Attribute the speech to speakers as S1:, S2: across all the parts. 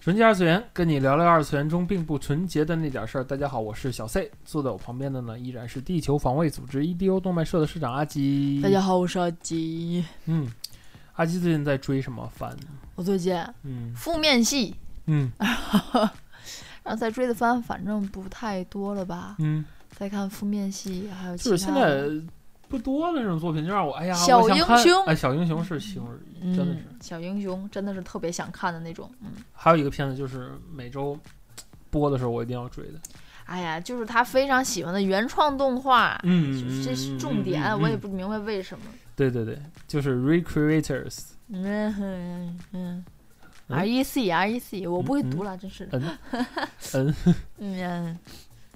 S1: 纯洁二次元，跟你聊聊二次元中并不纯洁的那点事儿。大家好，我是小 C，坐在我旁边的呢依然是地球防卫组织 EDO 动漫社的社长阿吉。
S2: 大家好，我是阿吉。
S1: 嗯，阿吉最近在追什么番？
S2: 我最近
S1: 嗯
S2: 负面戏，
S1: 嗯
S2: 啊然后在追的番反正不太多了吧？
S1: 嗯，
S2: 再看负面戏，还有其
S1: 就是
S2: 他
S1: 现在
S2: 的。
S1: 不多的这种作品，就让我哎呀，
S2: 小
S1: 我想看
S2: 英雄
S1: 哎，小英雄是星，真的是。
S2: 嗯，小英雄真的是特别想看的那种。嗯，
S1: 还有一个片子就是每周播的时候我一定要追的。
S2: 哎呀，就是他非常喜欢的原创动画，
S1: 嗯
S2: 就是这是重点，我也不明白为什么。
S1: 对对对，就是 Recreators，
S2: 嗯嗯
S1: 嗯
S2: ，R E C R E C，我不会
S1: 嗯嗯
S2: 读了，真是的。
S1: 嗯嗯，
S2: 嗯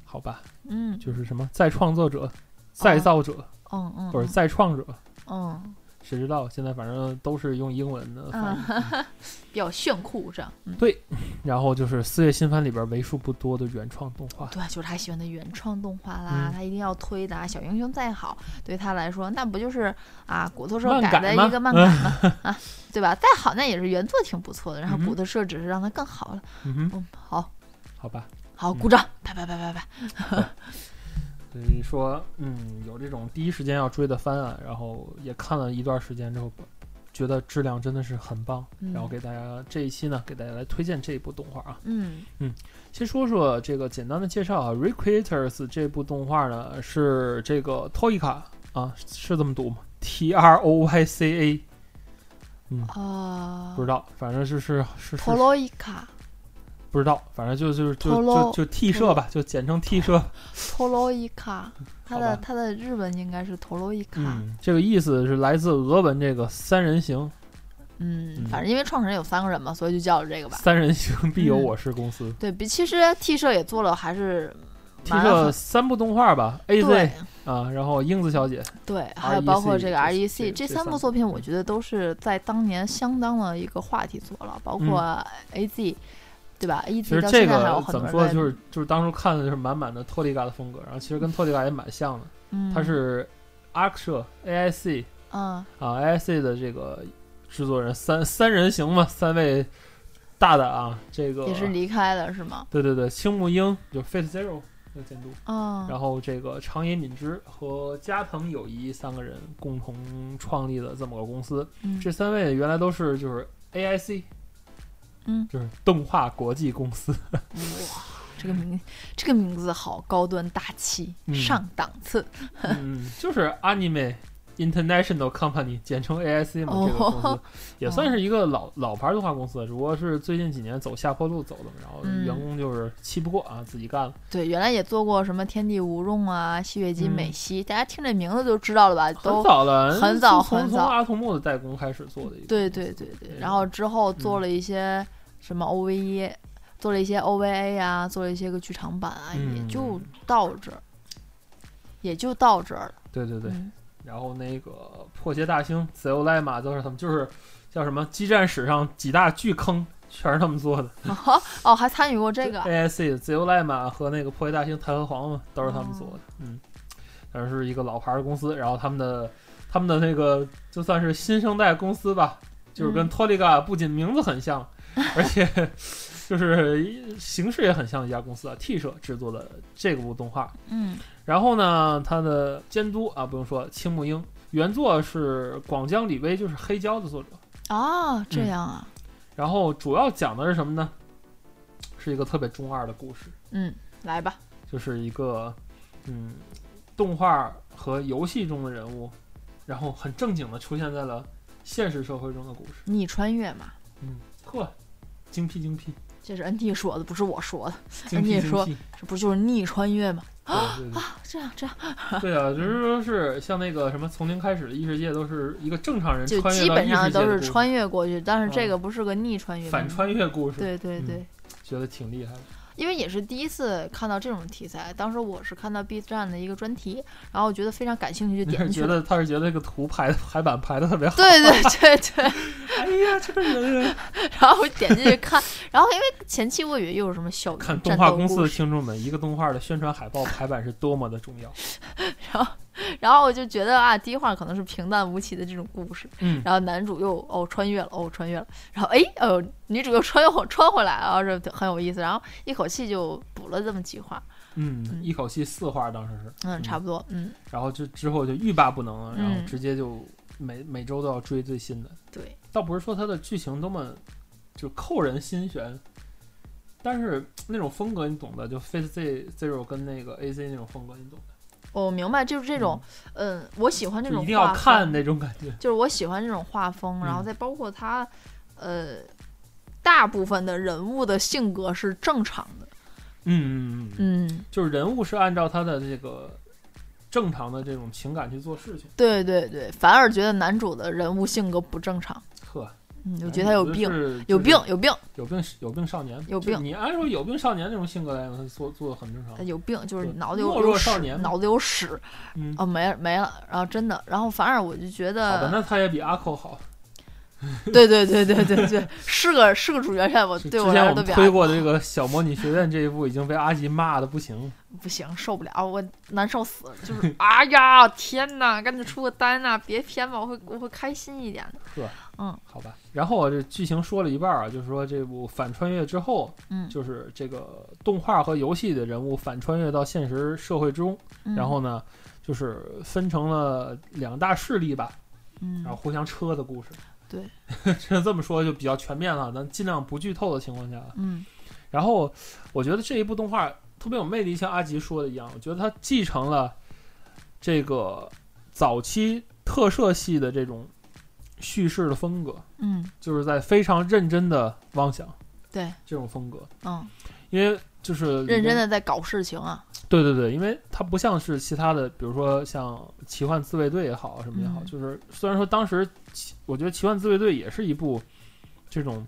S1: 好吧，
S2: 嗯
S1: 就是什么再创作者、再造者、
S2: 嗯嗯，
S1: 或者再创者，
S2: 嗯
S1: 谁知道？现在反正都是用英文的翻译。
S2: 比较炫酷这样。嗯。
S1: 然后就是四月新番里边为数不多的原创动画，
S2: 对，就是他喜欢的原创动画啦，
S1: 嗯
S2: 他一定要推的啊。小英雄再好，对他来说，那不就是啊骨头社
S1: 漫
S2: 改
S1: 改
S2: 的
S1: 吗
S2: 一个漫改吗？ 啊，对吧？再好那也是原作挺不错的，然后
S1: 嗯哼
S2: 骨头社只是让它更好了。
S1: 嗯哼，
S2: 嗯，好，
S1: 好吧。
S2: 好，
S1: 嗯
S2: 鼓掌，拍拍拍拍拍。
S1: 所以说，嗯，有这种第一时间要追的番啊，然后也看了一段时间之后，觉得质量真的是很棒。
S2: 嗯
S1: 然后给大家这一期呢，给大家来推荐这一部动画啊。
S2: 嗯
S1: 先说说这个简单的介绍啊，《Recreators》这部动画呢是这个 Toyca 啊，是这么读吗？T R O Y C A，
S2: 啊呃
S1: 不，知道，反正就是是是
S2: 陀螺伊卡，
S1: 不知道，反正就就就
S2: Tolo-
S1: 就就 T 社吧，就简称 T 社。
S2: 陀螺伊卡，它
S1: 好
S2: 的
S1: 吧
S2: 它的日文应该是陀螺伊卡。
S1: 嗯， 这个意思是来自俄文这个三人行，
S2: 嗯
S1: 嗯，
S2: 反正因为创始人有三个人嘛，所以就叫这个吧。
S1: 三人行必有
S2: 嗯
S1: 我师公司。
S2: 对比，其实 T 社也做了，还是
S1: T
S2: 蛮
S1: 社
S2: 好
S1: 三部动画吧，A
S2: 对
S1: Z。啊，然后英子小姐，
S2: 对，还有包括这个
S1: REC E 这这
S2: REC 这
S1: 三
S2: 三
S1: 部
S2: 部作品，我觉得都是在当年相当的一个话题做了，包括 AZ，对吧
S1: 嗯其
S2: ？AZ
S1: 实
S2: 到
S1: 这
S2: 现在还有
S1: 个
S2: 很
S1: 怎
S2: 多
S1: 么说，
S2: 人在
S1: 就是就是当初看的就是满满的托利嘎的风格，然后其实跟托利嘎也蛮像的，
S2: 嗯，
S1: 它是 a r c 社 AIC
S2: 嗯
S1: 啊 AIC 的这个制作人三三人行嘛，三位大的啊，这个
S2: 也是离开了是吗？
S1: 对对对，青木英就是 Fate Zero 的监督，
S2: 嗯
S1: 然后这个长野敏之和加藤友一三个人共同创立的这么个公司，
S2: 嗯
S1: 这三位原来都是就是 AIC，
S2: 嗯
S1: 就是动画国际公司，
S2: 哇，这个名这个名字好高端大气
S1: 嗯，
S2: 上档次。
S1: 嗯，就是 Anime International Company，简称 AIC 嘛，这个公司
S2: 哦
S1: 也算是一个老老牌动画公司，只不过是最近几年走下坡路走的嘛，然后
S2: 嗯
S1: 员工就是气不过啊，自己干了，
S2: 对，原来也做过什么《天地无用》啊，《西月姬
S1: 嗯
S2: 美希》，大家听这名字就知道了吧？
S1: 很
S2: 都
S1: 早了，
S2: 很早
S1: 从
S2: 很
S1: 从
S2: 早
S1: 阿童木的代工开始做的一个，
S2: 对对对对，
S1: 对
S2: 然后之后
S1: 嗯
S2: 做了一些什么 OVA，、做了一些 OVA 啊，做了一些个剧场版啊，也就
S1: 嗯
S2: 到这儿，也就到这儿了。
S1: 对对对，
S2: 嗯
S1: 然后那个破鞋大兴、自由赖马都是他们，就是叫什么激战史上几大巨坑，全是他们做的。
S2: 哦哦，还参与过这个啊，
S1: AIC 自由赖马和那个破鞋大兴、弹和黄嘛，都是
S2: 哦
S1: 他们做的。嗯，但是是一个老牌儿公司，然后他们的他们的那个就算是新生代公司吧，就是跟
S2: 嗯
S1: Toliga 不仅名字很像，而且 就是形式也很像一家公司啊。T 社制作的这部动画，
S2: 嗯
S1: 然后呢，他的监督啊，不用说，青木英，原作是广江李威，就是黑胶的作者。
S2: 啊，这
S1: 嗯
S2: 样啊，
S1: 然后主要讲的是什么呢？是一个特别中二的故事，
S2: 嗯，来吧，
S1: 就是一个嗯，动画和游戏中的人物，然后很正经的出现在了现实社会中的故事。
S2: 逆穿越嘛，
S1: 嗯，呵，精辟精 辟，
S2: 这是 NT 说的，不是我说的，
S1: 精辟
S2: 哎你
S1: 精
S2: 说
S1: 辟。
S2: 这不就是逆穿越吗？
S1: 对对对
S2: 这样这样，
S1: 对啊，就是说是像那个什么，从零开始的异世界都是一个正常人
S2: 就
S1: 穿越
S2: 基
S1: 到
S2: 本
S1: 异世
S2: 上
S1: 界的
S2: 都是
S1: 故事
S2: 穿越过去，但是这
S1: 嗯
S2: 个不是个逆穿越，
S1: 反。穿越故事，
S2: 对对
S1: 嗯
S2: 对，
S1: 觉得挺厉害的。
S2: 因为也是第一次看到这种题材，当时我是看到 B 站的一个专题，然后我觉得非常感兴趣，就
S1: 你
S2: 点
S1: 是
S2: 进
S1: 觉
S2: 去了。
S1: 得他是觉得这个图排的排版排的特别好？
S2: 对对对对，
S1: 哎呀，这个 人
S2: 然后我点进去看，然后因为前期我以为又有什么校园
S1: 看动
S2: 战
S1: 画
S2: 斗
S1: 公司
S2: 故
S1: 的
S2: 事
S1: 听众们，一个动画的宣传海报排版是多么的重要。
S2: 然后然后我就觉得啊，第一话可能是平淡无奇的这种故事，
S1: 嗯，
S2: 然后男主又哦穿越了，哦穿越了，然后哎哦女主又穿越穿回来了，然后这很有意思，然后一口气就补了这么几话，
S1: 嗯，
S2: 嗯
S1: 一口气四画当时是，
S2: 嗯，差不多，嗯，
S1: 然后就之后就欲罢不能了，然后
S2: 嗯
S1: 直接就每每周都要追最新的。
S2: 对，
S1: 倒不是说它的剧情多么就扣人心弦，但是那种风格你懂的，就 Fate Z Zero 跟那个 A Z 那种风格你懂的，
S2: 哦我明白，就是这种，嗯，我喜欢这
S1: 就
S2: 种
S1: 一定要
S2: 画风
S1: 看那种感觉。
S2: 就是我喜欢这种画风，然后
S1: 嗯
S2: 再包括他，呃，大部分的人物的性格是正常的，
S1: 嗯嗯嗯，
S2: 嗯，
S1: 就是人物是按照他的这个正常的这种情感去做事情。
S2: 对对对，反而觉得男主的人物性格不正常，
S1: 呵，
S2: 嗯，我觉得他有病，
S1: 就是
S2: 有病
S1: 就是，哦
S2: 有病，
S1: 有病，有病少年，
S2: 有
S1: 就是
S2: 病
S1: 你按说有病少年那种性格来讲，做做的很正常
S2: 呃。有病，就是
S1: 对
S2: 脑子
S1: 懦
S2: 有
S1: 弱
S2: 有
S1: 少
S2: 屎
S1: 年，嘛
S2: 脑子有屎，
S1: 嗯，
S2: 哦，没了没了，然后真的，然后反而我就觉
S1: 好吧，
S2: 得，
S1: 那他也比阿寇好。
S2: 对对对对对对， 是个是个主角线，我
S1: 之
S2: 呃对
S1: 前
S2: 我来
S1: 我
S2: 说都
S1: 们
S2: 比较
S1: 推过的这个《小魔女学院》这一部已经被阿吉骂的不行了。
S2: 不行，受不了，我难受死了。就是， 哎呀，天哪，赶紧出个单呐、别偏吧，我会我会开心一点的。
S1: 好吧，然后我这剧情说了一半儿啊，就是说这部反穿越之后，
S2: 嗯，
S1: 就是这个动画和游戏的人物反穿越到现实社会中，
S2: 嗯
S1: 然后呢，就是分成了两大势力吧，
S2: 嗯
S1: 然后互相车的故事。
S2: 对，
S1: 这这么说就比较全面了，咱尽量不剧透的情况下。啊
S2: 嗯
S1: 然后我觉得这一部动画特别有魅力，像阿吉说的一样，我觉得它继承了这个早期特摄系的这种叙事的风格。
S2: 嗯
S1: 就是在非常认真的妄想，
S2: 对
S1: 这种风格，
S2: 嗯，
S1: 因为就是里
S2: 认真
S1: 面，
S2: 的在搞事情啊。
S1: 对对对，因为它不像是其他的，比如说像奇幻自卫队也好，什么也好，
S2: 嗯
S1: 就是虽然说当时奇，我觉得奇幻自卫队也是一部这种，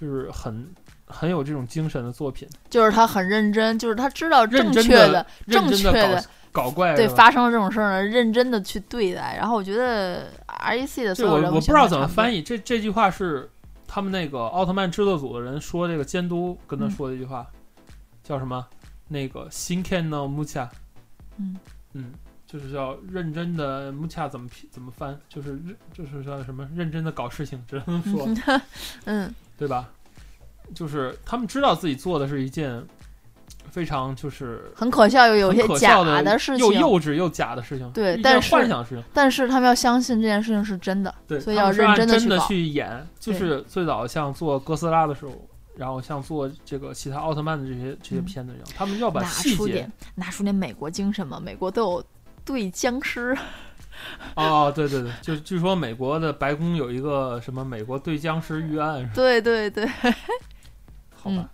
S1: 就是很很有这种精神的作品，
S2: 就是他很认真，就是他知道正
S1: 认真
S2: 确
S1: 地哎
S2: 的、
S1: 认
S2: 正
S1: 真
S2: 确
S1: 的
S2: 的
S1: 搞搞怪，
S2: 对
S1: 是吧
S2: 发生了这种事儿呢，认真的去对待。然后我觉得 R E C 的所
S1: 这
S2: 有
S1: 我
S2: 人
S1: 我不知道怎么翻
S2: 译。
S1: 译这这句话是他们那个奥特曼制作组的人说，这个监督跟他
S2: 嗯
S1: 说的一句话、叫什么？那个新 can no mucha，
S2: 嗯
S1: 嗯，就是叫认真的 mucha 怎么拼怎么翻，就是认就是叫什么认真的搞事情，只能说、
S2: 嗯
S1: 对吧？就是他们知道自己做的是一件非常就是
S2: 很可笑又有
S1: 很
S2: 些
S1: 可
S2: 假
S1: 笑的
S2: 事
S1: 又
S2: 情，
S1: 幼稚又假的事情，
S2: 对
S1: 一件
S2: 但是
S1: 幻想的事情。
S2: 但是他们要相信这件事情是真的。
S1: 对，
S2: 所以
S1: 他们
S2: 要
S1: 是
S2: 认
S1: 按
S2: 真
S1: 真
S2: 地去
S1: 地
S2: 搞
S1: 去演，就是最早像做哥斯拉的时候，然后像做这个其他奥特曼的这些这些
S2: 嗯
S1: 片子一样，他们要把
S2: 拿
S1: 细
S2: 出
S1: 节
S2: 点拿出点美国精神嘛，美国都有对僵尸，
S1: 哦，对对对，就是据说美国的白宫有一个什么美国对僵尸预案，
S2: 对对对，
S1: 好吧，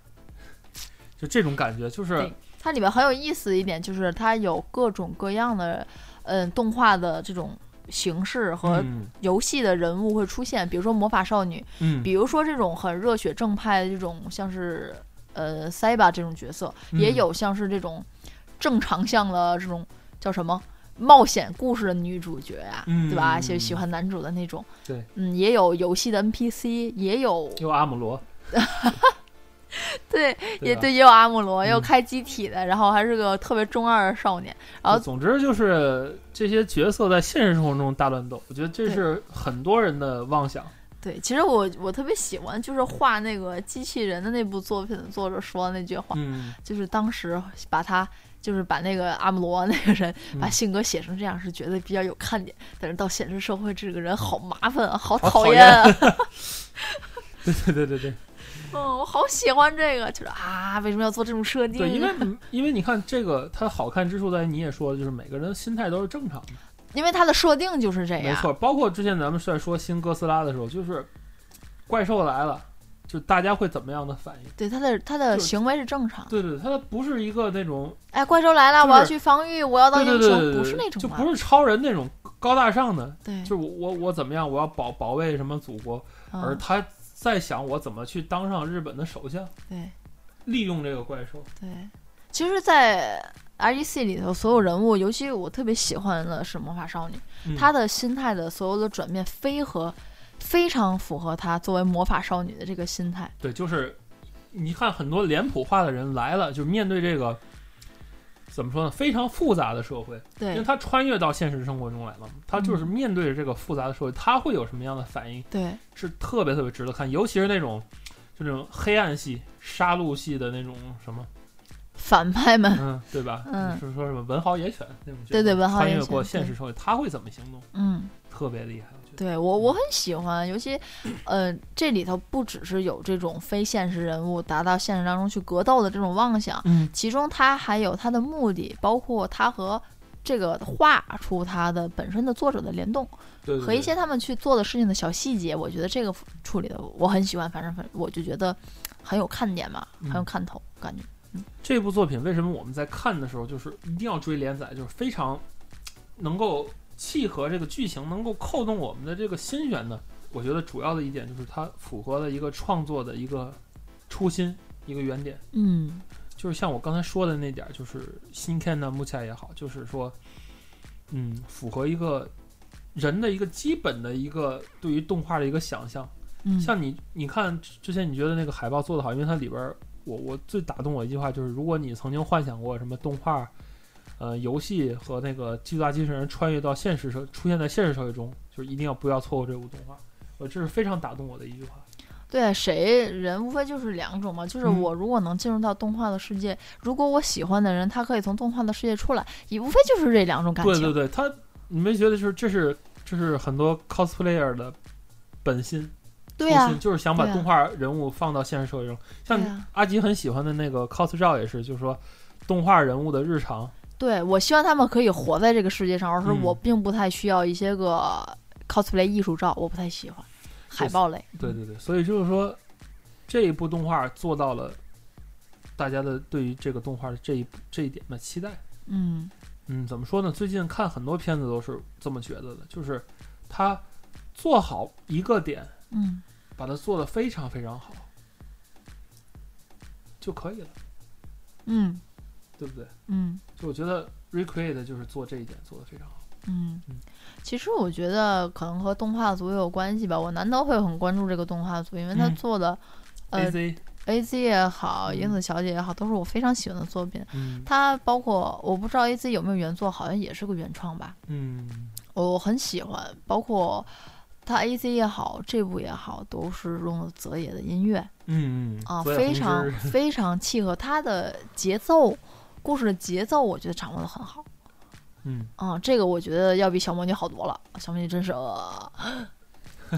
S1: 就这种感觉，就是
S2: 嗯对它里面很有意思的一点就是它有各种各样的，嗯，动画的这种形式和
S1: 嗯
S2: 游戏的人物会出现，比如说魔法少女，
S1: 嗯
S2: 比如说这种很热血正派的这种像是呃塞巴这种角色，
S1: 嗯
S2: 也有像是这种正常向的这种叫什么冒险故事的女主角呀、
S1: 嗯
S2: 对吧？喜喜欢男主的那种，
S1: 对，
S2: 嗯，也有游戏的 NPC，也有
S1: 有阿姆罗，
S2: 对，也
S1: 吧，
S2: 对，也有阿姆罗，也有
S1: 嗯
S2: 开机体的，然后还是个特别中二的少年，然后
S1: 就总之就是这些角色在现实生活中大乱斗，我觉得这
S2: 对
S1: 是很多人的妄想。
S2: 对，其实我我特别喜欢，就是画那个机器人的那部作品的作者说的那句话，
S1: 嗯，
S2: 就是当时把他。就是把那个阿姆罗那个人
S1: 嗯
S2: 把性格写成这样，是觉得比较有看点。但是到现实社会，这个人好麻烦啊，好
S1: 好
S2: 讨
S1: 讨
S2: 厌啊！
S1: 对对对对对。
S2: 嗯，我好喜欢这个，就是啊，为什么要做这种设定？
S1: 对，因为你因为你看这个它好看之处在于你也说了，就是每个人的心态都是正常的，
S2: 因为他的设定就是这样。
S1: 没错。包括之前咱们在说新哥斯拉的时候，就是怪兽来了，就大家会怎么样的反应？
S2: 对他的他的
S1: 就是
S2: 行为是正常的。
S1: 对对，它不是一个那种
S2: 哎，怪兽来了，
S1: 就是
S2: 我要去防御，我要当
S1: 对
S2: 英
S1: 对
S2: 雄，
S1: 对对，
S2: 不
S1: 对
S2: 是那
S1: 就
S2: 种吧？啊
S1: 不是超人那种高大上的，
S2: 对，
S1: 就是我我我怎么样，我要保保卫什么祖国，
S2: 嗯
S1: 而他在想我怎么去当上日本的首相，
S2: 对
S1: 利用这个怪兽。
S2: 对。其实，在 R E C 里头，所有人物，尤其我特别喜欢的是魔法少女，
S1: 嗯、
S2: 她的心态的所有的转变，非和非常符合她作为魔法少女的这个心态。
S1: 对，就是你看很多脸谱化的人来了，就是面对这个怎么说呢，非常复杂的社会，因为
S2: 对嗯
S1: 他穿越到现实生活中来了嘛，他就是面对着这个复杂的社会，他会有什么样的反应，
S2: 对
S1: 是特别特别值得看，尤其是那种就那种黑暗系、杀戮系的那种什么，
S2: 反派们，
S1: 嗯，对吧？
S2: 嗯
S1: 就是说什么文豪野犬那种角色，
S2: 对对文豪野
S1: 穿越
S2: 犬
S1: 过现
S2: 对
S1: 实社会，他会怎么行动？
S2: 嗯，
S1: 特别厉害，我觉得。
S2: 对我我很喜欢，尤其，呃，这里头不只是有这种非现实人物达到现实当中去格斗的这种妄想，
S1: 嗯，
S2: 其中他还有他的目的，包括他和这个画出他的本身的作者的联动，
S1: 对对对
S2: 和一些他们去做的事情的小细节，我觉得这个处理的我很喜欢，反正反我就觉得很有看点嘛，很有
S1: 嗯
S2: 看头感觉。
S1: 这部作品为什么我们在看的时候就是一定要追连载，就是非常能够契合这个剧情，能够扣动我们的这个心弦呢？我觉得主要的一点就是它符合了一个创作的一个初心，一个原点，
S2: 嗯
S1: 就是像我刚才说的那点儿，就是新看的目前也好，就是说，嗯，符合一个人的一个基本的一个对于动画的一个想象。
S2: 嗯，
S1: 像你，你看之之前你觉得那个海报做得好，因为它里边儿，我我最打动我一句话就是，如果你曾经幻想过什么动画、呃游戏和那个巨大机器人穿越到现实社，出现在现实社会中，就是一定要不要错过这部动画。我这是非常打动我的一句话。
S2: 对，啊谁人无非就是两种嘛，就是
S1: 嗯
S2: 我如果能进入到动画的世界，如果我喜欢的人他可以从动画的世界出来，也无非就是这两种感
S1: 对
S2: 情。
S1: 对对，他你没觉得就是这是这是很多 cosplayer 的本心？
S2: 对
S1: 初
S2: 呀、
S1: 心就是想把
S2: 对啊
S1: 动画人物放到现实社会中。像
S2: 对啊
S1: 阿吉很喜欢的那个 cos 照也是，就是说动画人物的日常。
S2: 对我希望他们可以活在这个世界上，而是
S1: 嗯
S2: 我并不太需要一些个 cosplay 艺术照，我不太喜欢海报类。
S1: 对对对，所以就是说，这一部动画做到了大家的对于这个动画的这一部这一点的期待。
S2: 嗯，
S1: 嗯，怎么说呢？最近看很多片子都是这么觉得的，就是他做好一个点，
S2: 嗯
S1: 把它做得非常非常好就可以了，
S2: 嗯
S1: 对不对？
S2: 嗯
S1: 就我觉得 recreate 就是做这一点做得非常好。
S2: 嗯
S1: 嗯。
S2: 其实我觉得可能和动画组也有关系吧。我难得会很关注这个动画组，因为他
S1: 嗯
S2: 做的、
S1: A
S2: 呃
S1: Z，
S2: A Z 也好，
S1: 嗯
S2: 影子小姐也好，都是我非常喜欢的作品。
S1: 嗯
S2: 它包括我不知道 A Z 有没有原作，好像也是个原创吧，
S1: 嗯，
S2: 我很喜欢。包括它 A Z 也好，这部也好，都是用了泽野的音乐
S1: 嗯嗯
S2: 啊，
S1: 佐野
S2: 非
S1: 弘之
S2: 常 非常契合它的节奏，故事的节奏，我觉得掌握的很好。
S1: 嗯，
S2: 嗯，这个我觉得要比小魔女好多了。小魔女真是呃，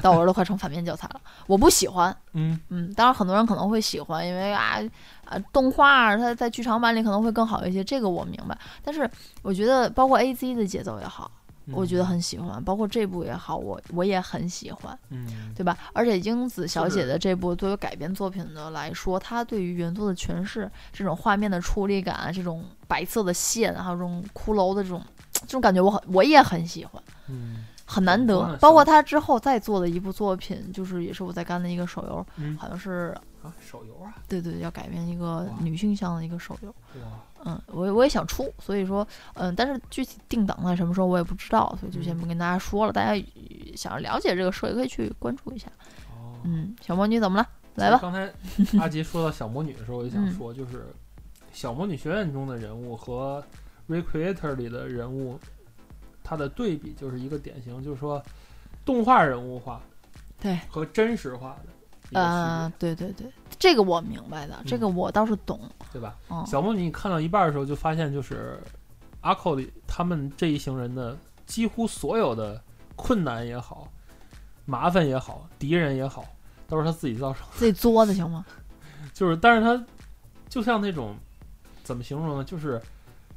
S2: 到我这儿都快成反面教材了。我不喜欢，
S1: 嗯
S2: 嗯，当然很多人可能会喜欢，因为啊啊，动画儿它在剧场版里可能会更好一些，这个我明白。但是我觉得，包括 A Z 的节奏也好，
S1: 嗯，
S2: 我觉得很喜欢，包括这部也好，我我也很喜欢，
S1: 嗯，
S2: 对吧？而且英子小
S1: 就是
S2: 姐的这部作为改编作品的来说，她对于原作的诠释，这种画面的处理感啊，这种白色的线，啊还有这种骷髅的这种这种感觉，我很我也很喜欢。
S1: 嗯
S2: 很难
S1: 怎么说
S2: 得
S1: 呢，
S2: 包括
S1: 小
S2: 她之后再做的一部作品，就是也是我在干的一个手游，
S1: 嗯
S2: 好像是
S1: 啊，手游啊，
S2: 对对，要改变一个
S1: 哇
S2: 女性向的一个手游。
S1: 哇。
S2: 嗯，我也我也想出，所以说，嗯，但是具体定档在什么时候我也不知道，所以就先
S1: 嗯
S2: 不跟大家说了。大家呃想要了解这个社也可以去关注一下。
S1: 哦，
S2: 嗯，小魔女怎么了？来
S1: 就
S2: 吧。
S1: 刚才阿吉说到小魔女的时候，我就想
S2: 嗯
S1: 说，就是小魔女学院中的人物和 Recreator 里的人物，它的对比就是一个典型，就是说动画人物化
S2: 对，
S1: 和真实化的一个
S2: 呃
S1: 区，
S2: 对对对，这个我明白的，这个我倒是懂。
S1: 别，对吧？
S2: 嗯，
S1: 小魔女你看到一半的时候，就发现就是阿寇里他们这一行人的几乎所有的困难也好，麻烦也好，敌人也好，都是他自己造成的。
S2: 自己作的行吗？
S1: 就是，但是他就像那种怎么形容呢？就是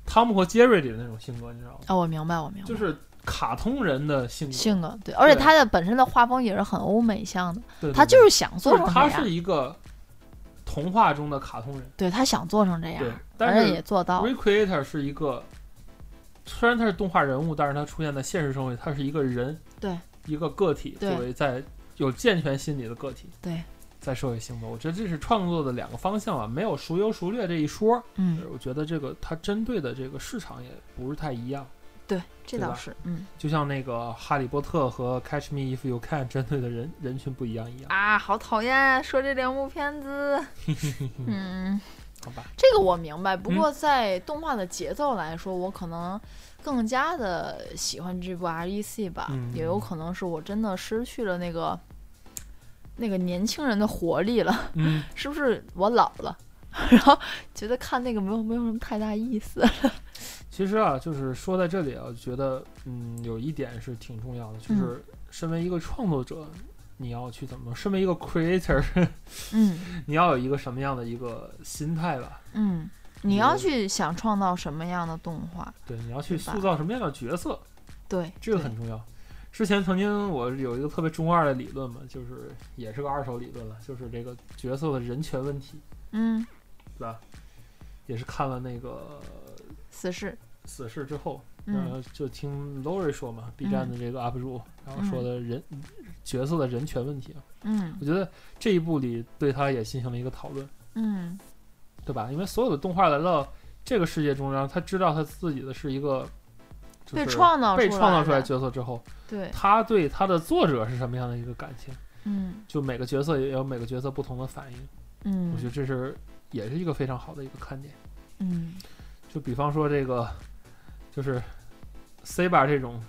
S1: 汤姆和杰瑞里的那种性格，你知道吗？
S2: 啊，我明白，我明白。
S1: 就是卡通人的性格，
S2: 性格对，而且
S1: 对
S2: 他的本身的画风也是很欧美向的，
S1: 对对
S2: 他
S1: 对
S2: 就是想
S1: 就
S2: 做
S1: 是
S2: 成这
S1: 他
S2: 样，
S1: 是一个童话中的卡通人，
S2: 对他想做成这样
S1: 对，，
S2: 而
S1: 但
S2: 且
S1: 是
S2: 也做到了。
S1: Recreator 是一个，虽然他是动画人物，但是他出现在现实生活里，他是一个人，
S2: 对，
S1: 一个个体，
S2: 对
S1: 作为在有健全心理的个体，
S2: 对，
S1: 在社会行动，我觉得这是创作的两个方向啊，没有孰优孰劣这一说，
S2: 嗯，
S1: 我觉得这个它针对的这个市场也不是太一样。
S2: 对，这
S1: 对
S2: 倒
S1: 吧
S2: 是，嗯
S1: 就像那个《哈利波特》和《Catch Me If You Can》针对的人人群不一样一样，
S2: 啊，好讨厌，说这两部片 子，嗯，
S1: 好吧？
S2: 这个我明白，
S1: 嗯
S2: 不过在动画的节奏来说，我可能更加的喜欢这部 R E C 吧，
S1: 嗯
S2: 也有可能是我真的失去了那个那个年轻人的活力了。
S1: 嗯，
S2: 是不是我老了， 然后觉得看那个没有没有什么太大意思。
S1: 其实啊，就是说在这里啊，我觉得嗯，有一点是挺重要的，
S2: 嗯
S1: 就是身为一个创作者，你要去怎么说？身为一个 creator，
S2: 嗯
S1: 你要有一个什么样的一个心态吧？
S2: 嗯，你要去想创造什么样的动画？
S1: 对，你要去
S2: 是吧
S1: 塑造什么样的角色，
S2: 对，
S1: 这个
S2: 对
S1: 很重要。之前曾经我有一个特别中二的理论嘛，就是也是个二手理论了，就是这个角色的人权问题，
S2: 嗯，
S1: 对吧？也是看了那个
S2: 死侍，
S1: 死侍之后，然
S2: 嗯
S1: 后就听 Lori 说嘛，B 站的这个 UP 主，然后说的人角色的人权问题啊，
S2: 嗯
S1: 我觉得这一部里对他也进行了一个讨论，
S2: 嗯
S1: 对吧？因为所有的动画来到这个世界中，然后他知道他自己的是一个就是
S2: 被创造
S1: 被创造出
S2: 出
S1: 来的
S2: 来的，
S1: 角色之后，
S2: 对，
S1: 他对他的作者是什么样的一个感情？
S2: 嗯
S1: 就每个角色也有每个角色不同的反应，
S2: 嗯，
S1: 我觉得这是也是一个非常好的一个看点。
S2: 嗯
S1: 就比方说这个，就是 C 吧这种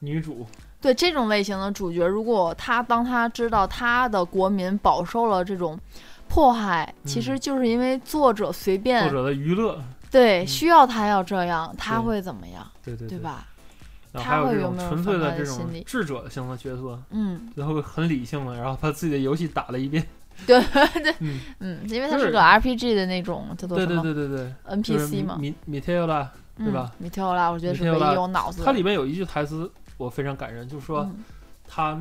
S1: 女主，
S2: 对这种类型的主角，如果他当他知道他的国民饱受了这种迫害，其
S1: 嗯
S2: 实就是因为作者随
S1: 作
S2: 便
S1: 者的娱乐，
S2: 对
S1: 嗯
S2: 需要他要这样，他
S1: 对
S2: 会怎么样，
S1: 对对
S2: 对
S1: 对？
S2: 吧？
S1: 然后还
S2: 他
S1: 有
S2: 会
S1: 这
S2: 有
S1: 种
S2: 没有
S1: 纯粹
S2: 反
S1: 的
S2: 叛
S1: 这
S2: 的心
S1: 种
S2: 理
S1: 智者型的角色，
S2: 嗯，
S1: 然后很理性的，然后把自己的游戏打了一 遍。
S2: 对对，
S1: 嗯，
S2: 嗯，因为它
S1: 就是
S2: 是个 RPG 的那种叫做
S1: 对
S2: 什
S1: 对
S2: 么
S1: 对对对，就是
S2: NPC 嘛，嗯
S1: 米米特尤拉，对吧？
S2: 米特拉，我觉得是唯
S1: 米特
S2: 一
S1: 拉
S2: 有脑子的。
S1: 它里面有一句台词我非常感人，就是说
S2: 嗯
S1: 他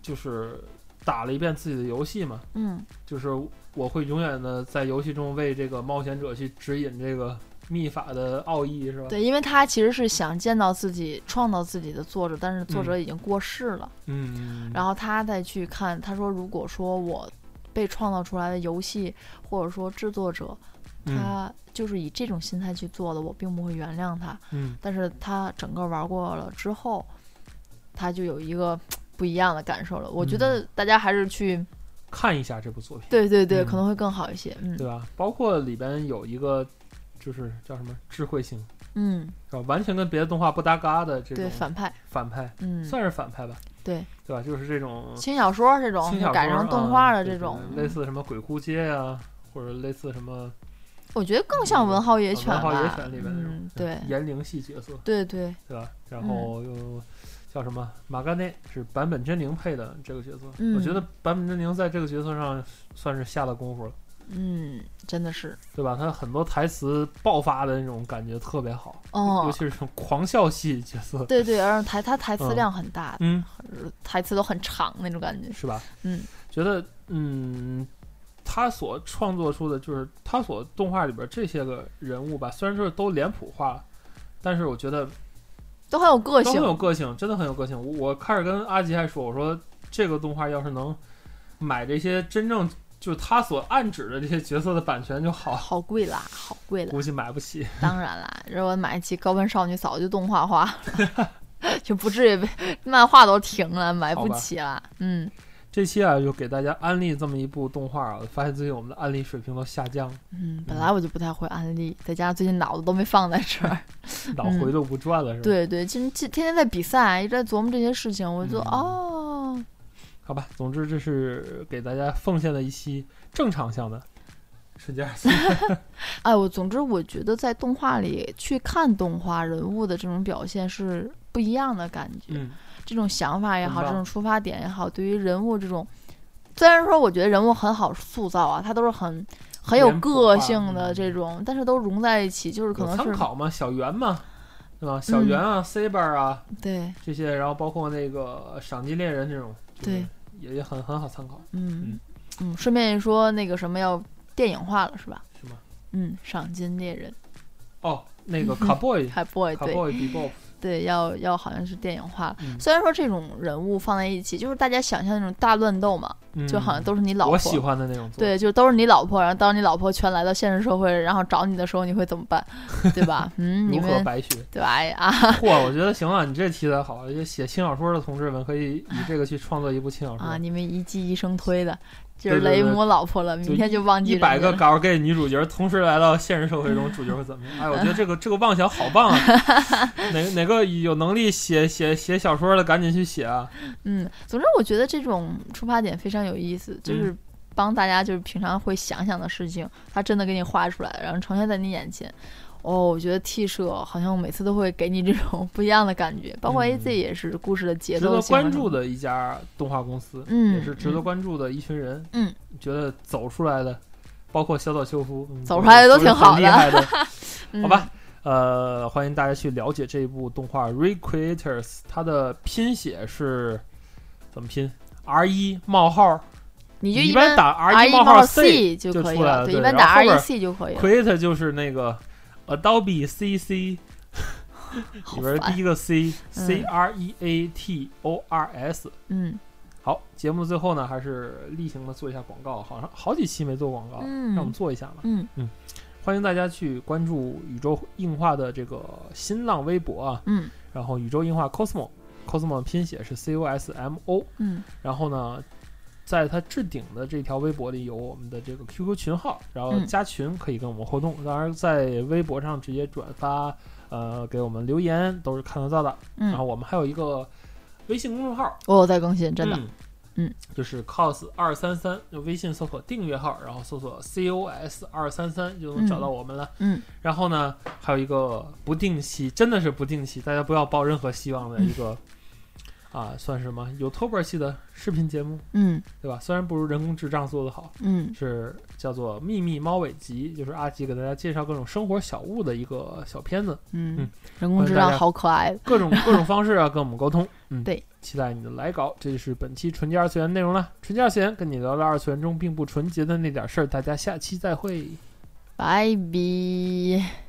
S1: 就是打了一遍自己的游戏嘛，
S2: 嗯
S1: 就是我会永远的在游戏中为这个冒险者去指引这个秘法的奥义，是吧？
S2: 对，因为他其实是想见到自己创造自己的作者，但是作者已经过世了，
S1: 嗯，
S2: 然后他再去看，他说如果说我被创造出来的游戏或者说制作者，
S1: 嗯
S2: 他就是以这种心态去做的，我并不会原谅他。
S1: 嗯
S2: 但是他整个玩过了之后，他就有一个不一样的感受了。我
S1: 嗯
S2: 觉得大家还是去。
S1: 看一下这部作品，
S2: 对对对，
S1: 嗯
S2: 可能会更好一些。嗯
S1: 对吧？包括里边有一个就是叫什么智慧型，
S2: 嗯，
S1: 是吧？完全跟别的动画不搭嘎的这
S2: 对，
S1: 种
S2: 反派，
S1: 反派，
S2: 嗯，
S1: 算是反派吧？
S2: 对，
S1: 对吧？就是这种
S2: 轻小说这种
S1: 轻小说
S2: 改成动画的这种
S1: 啊，对对对类似什么鬼哭街呀、或者类似什么呃
S2: 我觉得更像文豪野犬
S1: 啊文豪野
S2: 吧。
S1: 犬里面那种
S2: 嗯，对嗯
S1: 言灵系角色，
S2: 对对，
S1: 对吧？然后又叫什么马甘内是坂本真绫配的这个角色，
S2: 嗯
S1: 我觉得坂本真绫在这个角色上算是下了功夫了，
S2: 嗯，真的是，
S1: 对吧？他很多台词爆发的那种感觉特别好，尤
S2: 哦，
S1: 其是这种狂笑系角色，
S2: 对对，而且台他台词
S1: 嗯
S2: 量很大， 呃
S1: 嗯，
S2: 台词都很长那种感觉。
S1: 是吧？
S2: 嗯，
S1: 觉得嗯，他所创作出的就是他所动画里边这些个人物吧，虽然说都脸谱化，但是我觉得
S2: 都很有个
S1: 都很
S2: 性，
S1: 有个性，真的很有个性。我我开始跟阿吉还说，我说这个动画要是能买这些真正就是他所暗指的这些角色的版权就好，
S2: 好贵啦，好贵啦，
S1: 估计买不起。
S2: 当然啦，如果买一期《高分少女》，早就动画化 了就不至于被漫画都停了，买
S1: 好
S2: 不
S1: 吧
S2: 起啦。嗯，
S1: 这期啊，就给大家安利这么一部动画啊，发现最近我们的安利水平都下降了，
S2: 嗯，本来我就不太会安利，再加上最近脑子都没放在 这儿。
S1: 脑回路不转了，是吧？
S2: 嗯对对，今今天天在比赛，一直在琢磨这些事情，我就、
S1: 嗯
S2: 哦，
S1: 好吧，总之这是给大家奉献的一期正常向的瞬间二 次元
S2: 哎，我总之我觉得在动画里去看动画人物的这种表现是不一样的感觉，
S1: 嗯，
S2: 这种想法也好，
S1: 很
S2: 这
S1: 棒
S2: 种出发点也好，对于人物这种，虽然说我觉得人物很好塑造啊，他都是很。很有
S1: 脸谱
S2: 个
S1: 化
S2: 性的
S1: 嗯
S2: 这种，但是都融在一起，就是可嗯
S1: 有
S2: 能
S1: 参
S2: 是
S1: 考嘛，小圆嘛，对吧？小圆啊、Saber 啊
S2: 对，
S1: 这些，然后包括那个赏金猎人这种，
S2: 对，
S1: 也也很很好参考。
S2: 嗯嗯，顺便一说，那个什么要电影化了是吧？
S1: 什么？
S2: 嗯，《赏金猎人
S1: 哦，那个 Cowboy、》
S2: 海 boy 嗯 对
S1: Cowboy Bebop，
S2: 对，要要好像是电影化了。
S1: 嗯
S2: 虽然说这种人物放在一起，就是大家想象那种大乱斗嘛，
S1: 嗯
S2: 就好像都是你老婆，
S1: 我喜欢的那种作品。
S2: 对，就都是你老婆，然后当你老婆全来到现实社会，然后找你的时候，你会怎么办？对吧？ 嗯，你
S1: 如何
S2: 们
S1: 白学？
S2: 对吧？哎啊，
S1: 嚯，我觉得行了，啊你这题材好，这写轻小说的同志们可以以这个去创作一部轻小
S2: 啊，
S1: 说。
S2: 你们一季一生推的，就是
S1: 对对
S2: 雷
S1: 对
S2: 姆老婆了，
S1: 就
S2: 明天就忘记
S1: 一百
S2: 人家
S1: 个
S2: 了
S1: 稿给女主角，同时来到现实社会中，主角会怎么样？哎，我觉得这个这个妄想好 棒啊！哪哪个有能力写写写小说的，赶紧去写啊！
S2: 嗯，总之我觉得这种出发点非常有意思，
S1: 嗯
S2: 就是帮大家就是平常会想想的事情，他真的给你画出来，然后呈现在你眼前。哦，我觉得 T 社好像每次都会给你这种不一样的感觉，包括
S1: 嗯
S2: AZ 也是故事的节
S1: 值
S2: 奏
S1: 得
S2: 性啊
S1: 关
S2: 什
S1: 注
S2: 么，
S1: 的一家动画公司，
S2: 嗯，
S1: 也是值得
S2: 嗯
S1: 关注的一群人。
S2: 嗯，
S1: 觉得走出来的，包括小岛秀夫，嗯
S2: 走出来的都挺好
S1: 很
S2: 的
S1: 厉害的。
S2: 嗯
S1: 好吧，呃，欢迎大家去了解这部动画《Recreators》，它的拼写是怎么拼？R 一冒号，
S2: 你就
S1: 你一
S2: 般
S1: 般打 R
S2: R E
S1: 一
S2: 冒
S1: 冒号
S2: C 就
S1: 就
S2: 可以
S1: 出来了
S2: 对，
S1: 对
S2: 一般
S1: 然后
S2: 打
S1: 后
S2: R
S1: 边
S2: E C 就可以了。
S1: Create 就是那个 Adobe CC
S2: 好
S1: 里边第
S2: 烦，
S1: 一个 C C R E A T O R S。
S2: 嗯
S1: 好，节目的最后呢，还是例行的做一下广告，好像好几期没做广告，让我们
S2: 嗯
S1: 做一下吧。
S2: 嗯
S1: 欢迎大家去关注宇宙硬化的这个新浪微博啊，
S2: 嗯
S1: 然后宇宙硬化 Cosmo。Cosmo 的拼写是 C O S M O，
S2: 嗯
S1: 然后呢，在它置顶的这条微博里有我们的这个 QQ 群号，然后
S2: 嗯
S1: 加群可以跟我们互动。当然，在微博上直接转发，呃，给我们留言都是看得到的。然后
S2: 嗯，
S1: 我们还有一个微信公众号，
S2: 我有在更新，真的，
S1: 嗯，
S2: 嗯
S1: 就是 cos 二三三，就微信搜索订阅号，然后搜索 cos 二三三就能找到我们了。
S2: 嗯
S1: 然后呢，还有一个不定期，真的是不定期，大家不要抱任何希望的一个。啊，算是什么 YouTuber 系的视频节目，
S2: 嗯
S1: 对吧？虽然不如人工智障做得好，
S2: 嗯
S1: 是叫做《秘密猫尾集》，就是阿吉给大家介绍各种生活小物的一个小片子，
S2: 嗯
S1: 嗯，
S2: 人工
S1: 欢
S2: 智
S1: 迎大
S2: 障
S1: 家
S2: 好可爱的，
S1: 各种各种方式啊，跟我们沟通。嗯，
S2: 对，
S1: 期待你的来稿。这就是本期纯洁二次元内容了。纯洁二次元跟你聊聊二次元中并不纯洁的那点事儿，大家下期再会。
S2: 拜拜。